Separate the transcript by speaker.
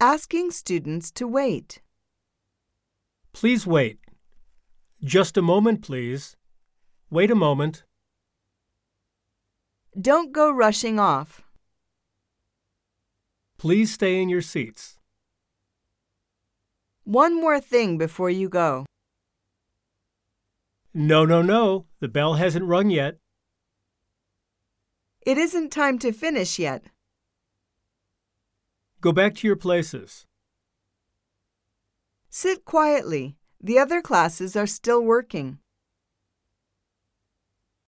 Speaker 1: Asking students to wait.
Speaker 2: Please wait. Just a moment, please. Wait a moment.
Speaker 1: Don't go rushing off.
Speaker 2: Please stay in your seats.
Speaker 1: One more thing before you go.
Speaker 2: No, no, no. The bell hasn't rung yet.
Speaker 1: It isn't time to finish yet.
Speaker 2: Go back to your places.
Speaker 1: Sit quietly. The other classes are still working.